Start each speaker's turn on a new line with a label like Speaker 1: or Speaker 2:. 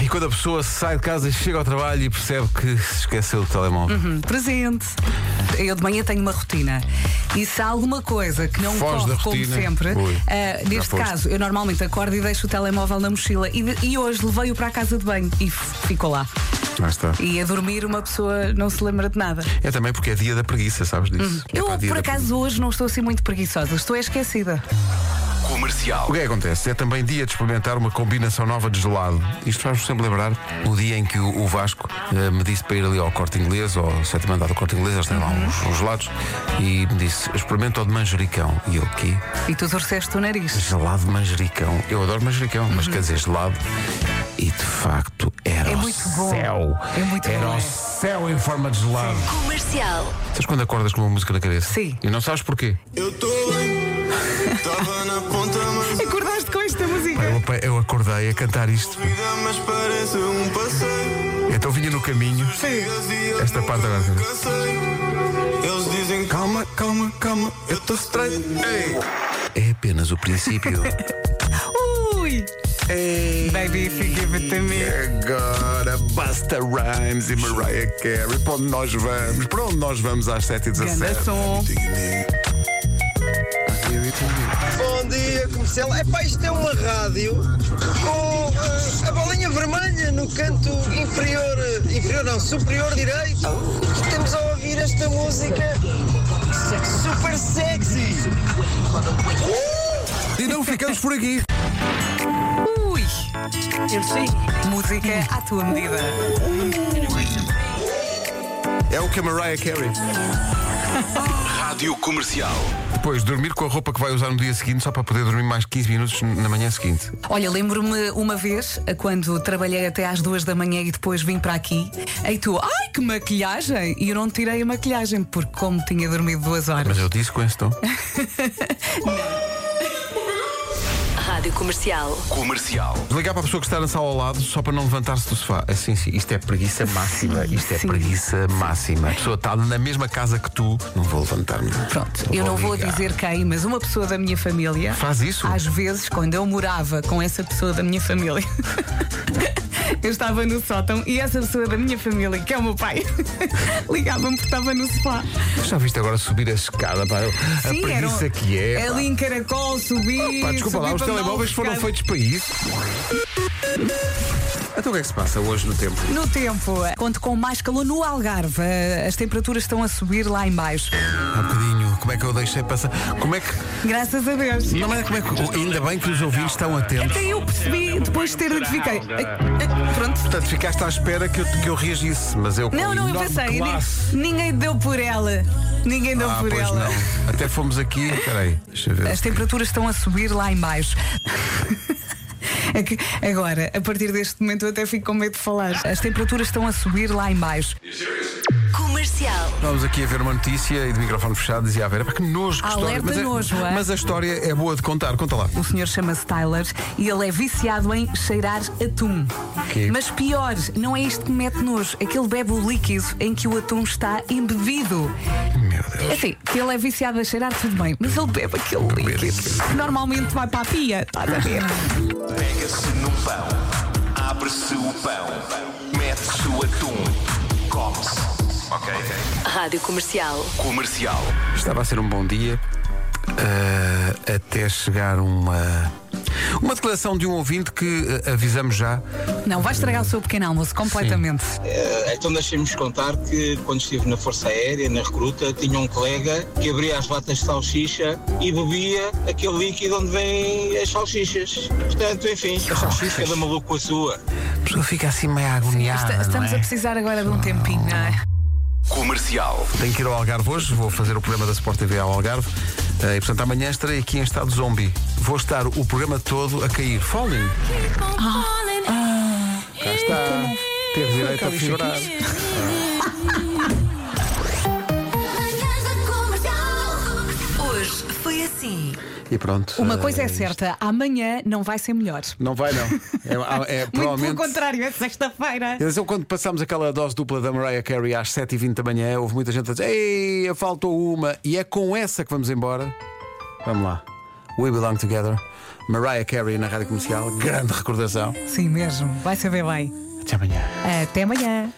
Speaker 1: E quando a pessoa sai de casa, chega ao trabalho e percebe que se esqueceu do telemóvel.
Speaker 2: Hum, Presente. Eu de manhã tenho uma rotina. E se há alguma coisa que não
Speaker 1: Foge
Speaker 2: corre
Speaker 1: da
Speaker 2: como
Speaker 1: rotina.
Speaker 2: sempre,
Speaker 1: Ui,
Speaker 2: ah,
Speaker 1: já
Speaker 2: neste
Speaker 1: foste.
Speaker 2: caso, eu normalmente acordo e deixo o telemóvel na mochila. E, de- e hoje levei-o para a casa de banho e f- ficou lá.
Speaker 1: Lá está.
Speaker 2: E a dormir uma pessoa não se lembra de nada.
Speaker 1: É também porque é dia da preguiça, sabes disso? É
Speaker 2: Uhum. Eu,
Speaker 1: pá, dia
Speaker 2: por
Speaker 1: da preguiça.
Speaker 2: acaso, hoje não estou assim muito preguiçosa. Estou é esquecida.
Speaker 1: O que é que acontece? É também dia de experimentar uma combinação nova de gelado. Isto faz-vos sempre lembrar o dia em que o, o Vasco eh, me disse para ir ali ao corte inglês, ou ao sétimo andar do corte inglês, eles têm lá
Speaker 2: Uhum.
Speaker 1: uns, uns gelados, e me disse: experimenta o de manjericão. E eu, quê?
Speaker 2: E tu torceste o nariz.
Speaker 1: Gelado de manjericão. Eu adoro manjericão, mas quer dizer gelado. E de facto era
Speaker 2: Uhum. É
Speaker 1: o
Speaker 2: muito bom.
Speaker 1: céu.
Speaker 2: É muito
Speaker 1: era
Speaker 2: bom,
Speaker 1: o
Speaker 2: é.
Speaker 1: céu em forma de gelado.
Speaker 3: Comercial.
Speaker 1: Sabes quando acordas com uma música na cabeça?
Speaker 2: Sim.
Speaker 1: E não sabes porquê?
Speaker 4: Eu tô Tava na ponta, mas
Speaker 2: Acordaste com esta música?
Speaker 1: Eu, apa- eu acordei a cantar isto.
Speaker 4: vida, mas parece um passeio.
Speaker 1: Então vinha no caminho.
Speaker 4: Dias e eu
Speaker 1: Esta
Speaker 4: nunca
Speaker 1: parte agora.
Speaker 4: me cansei. Eles dizem calma, calma, calma, eu tô estranho. Ei.
Speaker 1: É apenas o princípio.
Speaker 2: Ui! Baby, forgive it to me.
Speaker 1: Agora basta Rhymes e Mariah Carey. Para onde nós vamos? Para onde nós vamos às 7h17?
Speaker 2: Ganda som.
Speaker 5: Bom dia, comercial. É pá, isto é uma rádio com eh, a bolinha vermelha no canto inferior, eh, inferior não, superior direito. E Estamos a ouvir esta música super sexy.
Speaker 1: E não ficamos por aqui.
Speaker 2: Ui! Eu sei. Música à tua medida.
Speaker 1: É o que a Mariah Carey.
Speaker 6: Rádio Comercial.
Speaker 1: Depois, dormir com a roupa que vai usar no dia seguinte só para poder dormir mais 15 minutos na manhã seguinte.
Speaker 2: Olha, lembro-me uma vez, quando trabalhei até às duas da manhã e depois vim para aqui, aí tu, ai que maquilhagem! E eu não tirei a maquilhagem, porque como tinha dormido duas horas.
Speaker 1: Mas eu disse com esse tom.
Speaker 3: Rádio Comercial.
Speaker 6: Comercial.
Speaker 1: Ligar para a pessoa que está na sala ao lado só para não levantar-se do sofá. Assim, sim, isto é preguiça máxima.
Speaker 2: Sim,
Speaker 1: isto é
Speaker 2: sim.
Speaker 1: preguiça máxima. A pessoa está na mesma casa que tu. Não vou levantar-me.
Speaker 2: Pronto, eu não vou
Speaker 1: ligar.
Speaker 2: dizer quem, mas uma pessoa da minha família.
Speaker 1: Faz isso?
Speaker 2: Às vezes, quando eu morava com essa pessoa da minha família, eu estava no sótão e essa pessoa da minha família, que é o meu pai, ligava-me porque estava no sofá.
Speaker 1: Já viste agora subir a escada, pá? a
Speaker 2: Sim, era
Speaker 1: preguiça
Speaker 2: um-
Speaker 1: que é. pá.
Speaker 2: Ali em Caracol, subi.
Speaker 1: Pá, desculpa
Speaker 2: subi
Speaker 1: lá, os
Speaker 2: para
Speaker 1: telemóveis
Speaker 2: Nova
Speaker 1: foram
Speaker 2: Escada.
Speaker 1: feitos para isso. Então o que é que se passa hoje no tempo?
Speaker 2: No tempo, conto com mais calor no Algarve. As temperaturas estão a subir lá em baixo.
Speaker 1: Há bocadinho, como é que eu deixei passar? Como é que.
Speaker 2: Graças a Deus.
Speaker 1: Não é como é que. Ainda bem que os ouvintes estão atentos.
Speaker 2: Até eu percebi, depois de ter dito, fiquei. "Ai, ai", Pronto.
Speaker 1: Portanto, ficaste à espera que eu, que eu reagisse, mas eu. com
Speaker 2: Não, não, eu
Speaker 1: enorme
Speaker 2: pensei.
Speaker 1: classe-
Speaker 2: ni- Ninguém deu por ela. Ninguém deu
Speaker 1: Ah,
Speaker 2: por
Speaker 1: pois
Speaker 2: ela. É.
Speaker 1: não. Até fomos aqui. Peraí, deixa eu ver.
Speaker 2: As temperaturas estão a subir lá em baixo. É que agora, a partir deste momento, eu até fico com medo de falar. As temperaturas estão a subir lá em baixo.
Speaker 3: Comercial.
Speaker 1: Estávamos aqui a ver uma notícia e de microfone fechado dizia a Vera, pá, que nojo que história.
Speaker 2: Ah, Alerta
Speaker 1: Mas, é-
Speaker 2: nojo, é?
Speaker 1: mas a história é boa de contar, conta lá.
Speaker 2: O senhor chama-se Tyler e ele é viciado em cheirar atum.
Speaker 1: Quê?
Speaker 2: Mas pior, não é isto que me mete nojo, é que ele bebe o líquido em que o atum está embebido.
Speaker 1: Meu Deus.
Speaker 2: Assim, que ele é viciado a cheirar, tudo bem, mas ele bebe aquele
Speaker 1: Bebe
Speaker 2: líquido
Speaker 1: líquido.
Speaker 2: que normalmente vai para a pia, estás a ver?
Speaker 6: Pega-se num pão, abre-se o pão, mete-se o atum, come-se. Ok?
Speaker 3: Rádio Comercial.
Speaker 6: Comercial.
Speaker 1: Estava a ser um bom dia ah, até chegar uma. Uma declaração de um ouvinte que ah, avisamos já.
Speaker 2: Não, vai estragar o seu pequeno almoço completamente.
Speaker 1: Ah,
Speaker 7: Eh, Então deixem-nos contar que quando estive na Força Aérea, na recruta, tinha um colega que abria as latas de salsicha e bebia aquele líquido onde vêm as salsichas. Portanto, enfim, é cada maluco com a sua.
Speaker 1: A pessoa fica assim meio agoniada.
Speaker 2: Esta- é, estamos
Speaker 1: não é?
Speaker 2: a precisar agora de um tempinho, não é?
Speaker 6: Comercial.
Speaker 1: Tenho que ir ao Algarve hoje, vou fazer o programa da Sport TV ao Algarve. Ah, e portanto amanhã estarei aqui em estado zombie. Vou estar o programa todo a cair. Falling.
Speaker 2: Ah.
Speaker 1: Ah. Cá está. Teve direito a figurar.
Speaker 3: Manhãs da Comercial. Hoje foi assim.
Speaker 1: E pronto.
Speaker 2: Uma
Speaker 1: ah,
Speaker 2: coisa é certa, amanhã não vai ser melhor.
Speaker 1: Não vai, não. É, é,
Speaker 2: Muito pelo
Speaker 1: provavelmente.
Speaker 2: contrário, é sexta-feira.
Speaker 1: Atenção, quando passámos aquela dose dupla da Mariah Carey às 7h20 da manhã, houve muita gente a dizer: Ei, faltou uma. E é com essa que vamos embora. Vamos lá. We belong together. Mariah Carey na rádio comercial. Grande recordação.
Speaker 2: Sim mesmo, vai saber bem.
Speaker 1: Até amanhã.
Speaker 2: Até amanhã.